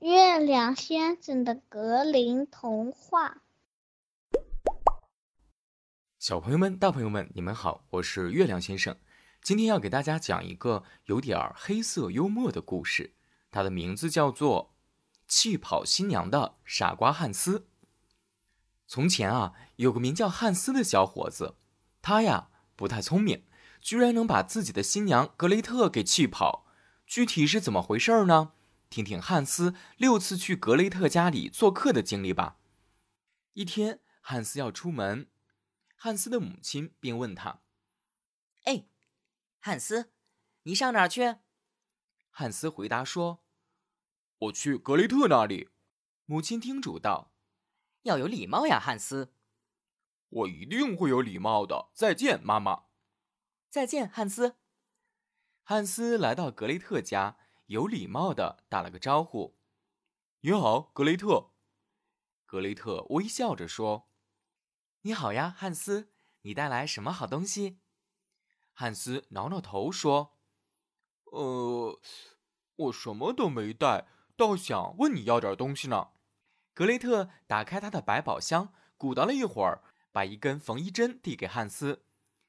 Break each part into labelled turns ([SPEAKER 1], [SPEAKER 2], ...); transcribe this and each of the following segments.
[SPEAKER 1] 善良先生的格林童话。
[SPEAKER 2] 小朋友们、大朋友们，你们好，我是月亮先生。今天要给大家讲一个有点儿黑色幽默的故事，它的名字叫做《气跑新娘的傻瓜汉斯》。从前啊，有个名叫汉斯的小伙子，他呀不太聪明，居然能把自己的新娘格雷特给气跑。具体是怎么回事儿呢？听听汉斯六次去格雷特家里做客的经历吧。一天，汉斯要出门，汉斯的母亲便问他
[SPEAKER 3] 哎，汉斯，你上哪儿去？：“啊
[SPEAKER 2] 汉斯回答说，我去格雷特那里。”母亲叮嘱道
[SPEAKER 3] 要有礼貌呀，汉斯。：“
[SPEAKER 2] 我一定会有礼貌的。再见，妈妈。
[SPEAKER 3] 再见，汉斯。”
[SPEAKER 2] 汉斯来到格雷特家，有礼貌的打了个招呼：“你好，格雷特。”格雷特微笑着说：“你好呀，汉斯，你带来什么好东西？”汉斯挠挠头说：“呃，我什么都没带，倒想问你要点东西呢。”格雷特打开他的百宝箱，鼓捣了一会儿，把一根缝衣针递给汉斯。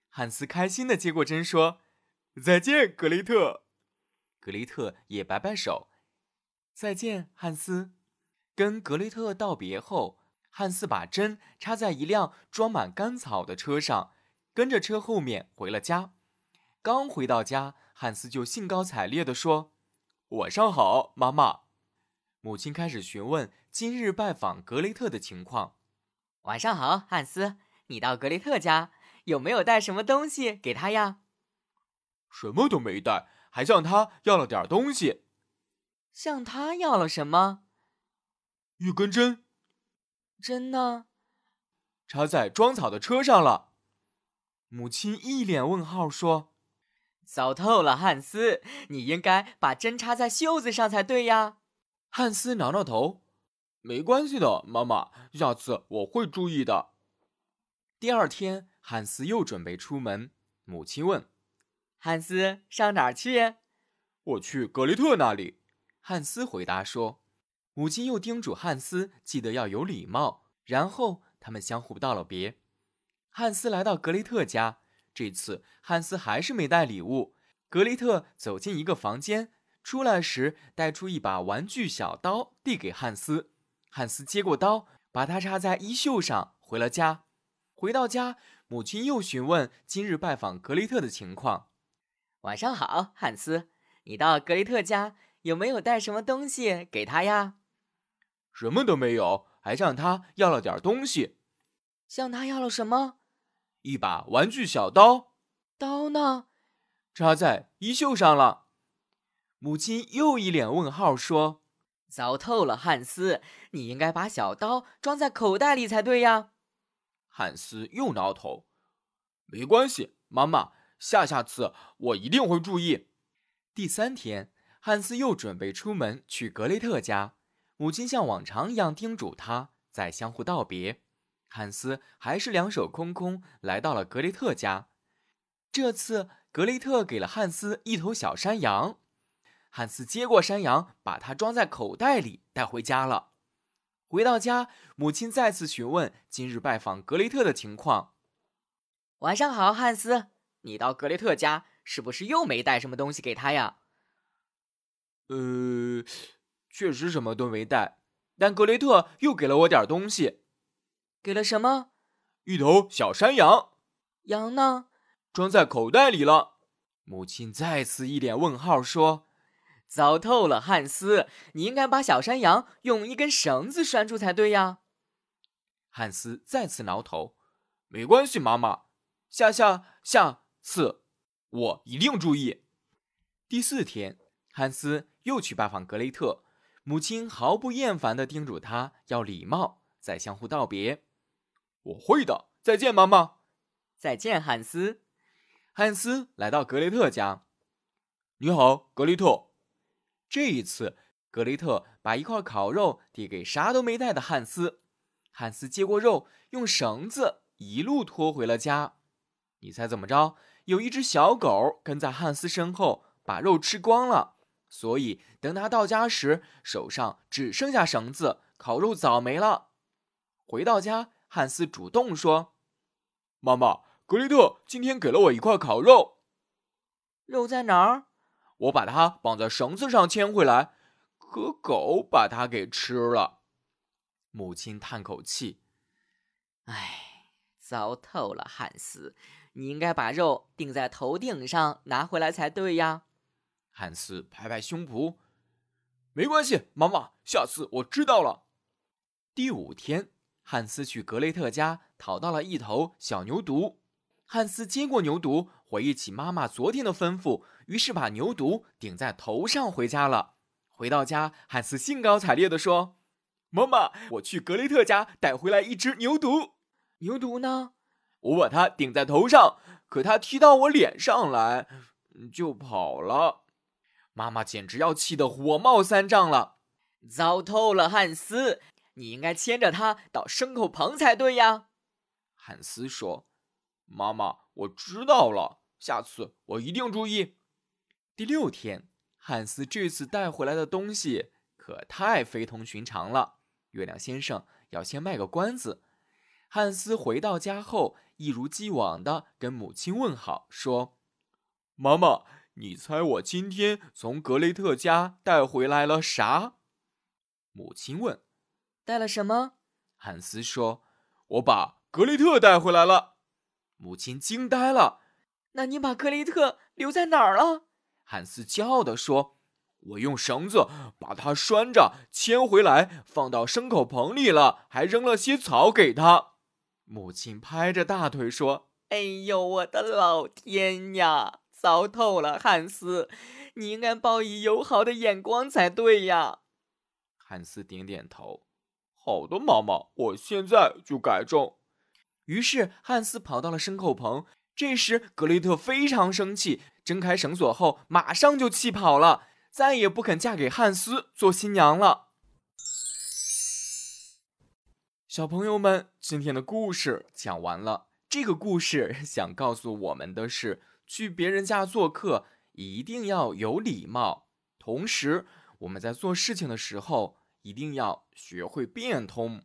[SPEAKER 2] 汉斯开心的接过针说：“再见，格雷特。”格雷特也摆摆手：“再见，汉斯。”跟格雷特道别后，汉斯把针插在一辆装满干草的车上，跟着车后面回了家。刚回到家，汉斯就兴高采烈地说：“晚上好，妈妈。”母亲开始询问今日拜访格雷特的情况。
[SPEAKER 3] 晚上好，汉斯。你到格雷特家有没有带什么东西给他呀？
[SPEAKER 2] 什么都没带，还向他要了点东西，
[SPEAKER 3] 向他要了什么？
[SPEAKER 2] 一根针
[SPEAKER 3] 针呢？
[SPEAKER 2] 插在装草的车上了。母亲一脸问号说
[SPEAKER 3] 糟透了，汉斯，你应该把针插在袖子上才对呀。：“
[SPEAKER 2] 汉斯挠挠头，没关系的，妈妈，下次我会注意的。”第二天，汉斯又准备出门，母亲问
[SPEAKER 3] 汉斯，上哪儿去？：“
[SPEAKER 2] 我去格雷特那里。”汉斯回答说：“母亲又叮嘱汉斯记得要有礼貌。”然后他们相互道了别。汉斯来到格雷特家，这次汉斯还是没带礼物。格雷特走进一个房间，出来时带出一把玩具小刀，递给汉斯。汉斯接过刀，把它插在衣袖上，回了家。回到家，母亲又询问今日拜访格雷特的情况。
[SPEAKER 3] 晚上好，汉斯。你到格雷特家有没有带什么东西给他呀？
[SPEAKER 2] 什么都没有，还向他要了点东西，
[SPEAKER 3] 向他要了什么？
[SPEAKER 2] 一把玩具小刀
[SPEAKER 3] 刀呢？
[SPEAKER 2] 插在衣袖上了。母亲又一脸问号说
[SPEAKER 3] 糟透了，汉斯，你应该把小刀装在口袋里才对呀。：“
[SPEAKER 2] 汉斯又挠头，没关系，妈妈，下下次我一定会注意。”第三天，汉斯又准备出门去格雷特家，母亲像往常一样叮嘱他，再相互道别。汉斯还是两手空空来到了格雷特家。这次，格雷特给了汉斯一头小山羊，汉斯接过山羊，把它装在口袋里带回家了。回到家，母亲再次询问今日拜访格雷特的情况。
[SPEAKER 3] 晚上好，汉斯，你到格雷特家是不是又没带什么东西给他呀？
[SPEAKER 2] 呃，确实什么都没带，但格雷特又给了我点东西，
[SPEAKER 3] 给了什么？
[SPEAKER 2] 一头小山羊，
[SPEAKER 3] 羊呢？
[SPEAKER 2] 装在口袋里了。母亲再次一脸问号说
[SPEAKER 3] 糟透了，汉斯，你应该把小山羊用一根绳子拴住才对呀。：“
[SPEAKER 2] 汉斯再次挠头，没关系，妈妈，下下下次我一定注意。”第四天，汉斯又去拜访格雷特，母亲毫不厌烦地叮嘱他要礼貌，再相互道别。我会的，再见，妈妈。
[SPEAKER 3] 再见，汉斯。
[SPEAKER 2] 汉斯来到格雷特家。你好，格雷特。这一次，格雷特把一块烤肉递给啥都没带的汉斯。汉斯接过肉，用绳子一路拖回了家。你猜怎么着？有一只小狗跟在汉斯身后，把肉吃光了。所以等他到家时，手上只剩下绳子，烤肉早没了。回到家，汉斯主动说：“妈妈，格雷特今天给了我一块烤肉，
[SPEAKER 3] 肉在哪儿？
[SPEAKER 2] 我把它绑在绳子上牵回来，可狗把它给吃了。”母亲叹口气
[SPEAKER 3] 唉，糟透了，汉斯，你应该把肉顶在头顶上拿回来才对呀。：“
[SPEAKER 2] 汉斯拍拍胸脯，没关系，妈妈，下次我知道了。”第五天，汉斯去格雷特家讨到了一头小牛犊。汉斯接过牛犊，回忆起妈妈昨天的吩咐，于是把牛犊顶在头上回家了。回到家，汉斯兴高采烈地说：“妈妈，我去格雷特家带回来一只牛犊，
[SPEAKER 3] 牛犊呢？
[SPEAKER 2] 我把它顶在头上，可它踢到我脸上来，嗯就跑了。”妈妈简直要气得火冒三丈了。
[SPEAKER 3] 糟透了，汉斯，你应该牵着它到牲口棚才对呀。
[SPEAKER 2] 汉斯说：“妈妈，我知道了，下次我一定注意。”第六天，汉斯这次带回来的东西可太非同寻常了。月亮先生要先卖个关子。汉斯回到家后，一如既往的跟母亲问好，说：“妈妈，你猜我今天从格雷特家带回来了啥？”母亲问。
[SPEAKER 3] 带了什么？
[SPEAKER 2] 汉斯说：“我把格雷特带回来了。”母亲惊呆了。
[SPEAKER 3] 那你把格雷特留在哪儿了？
[SPEAKER 2] 汉斯骄傲地说：“我用绳子把它拴着，牵回来，放到牲口棚里了，还扔了些草给它。”母亲拍着大腿说
[SPEAKER 3] 哎呦，我的老天呀！糟透了，汉斯，你应该报以友好的眼光才对呀。：“
[SPEAKER 2] 汉斯点点头，好的，妈妈，我现在就改正。”于是汉斯跑到了牲口棚。这时格雷特非常生气，挣开绳索后马上就气跑了，再也不肯嫁给汉斯做新娘了。小朋友们，今天的故事讲完了。这个故事想告诉我们的是，去别人家做客一定要有礼貌，同时我们在做事情的时候一定要学会变通。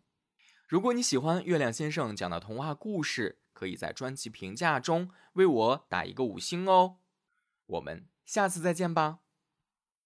[SPEAKER 2] 如果你喜欢月亮先生讲的童话故事，可以在专辑评价中为我打一个五星哦。我们下次再见吧。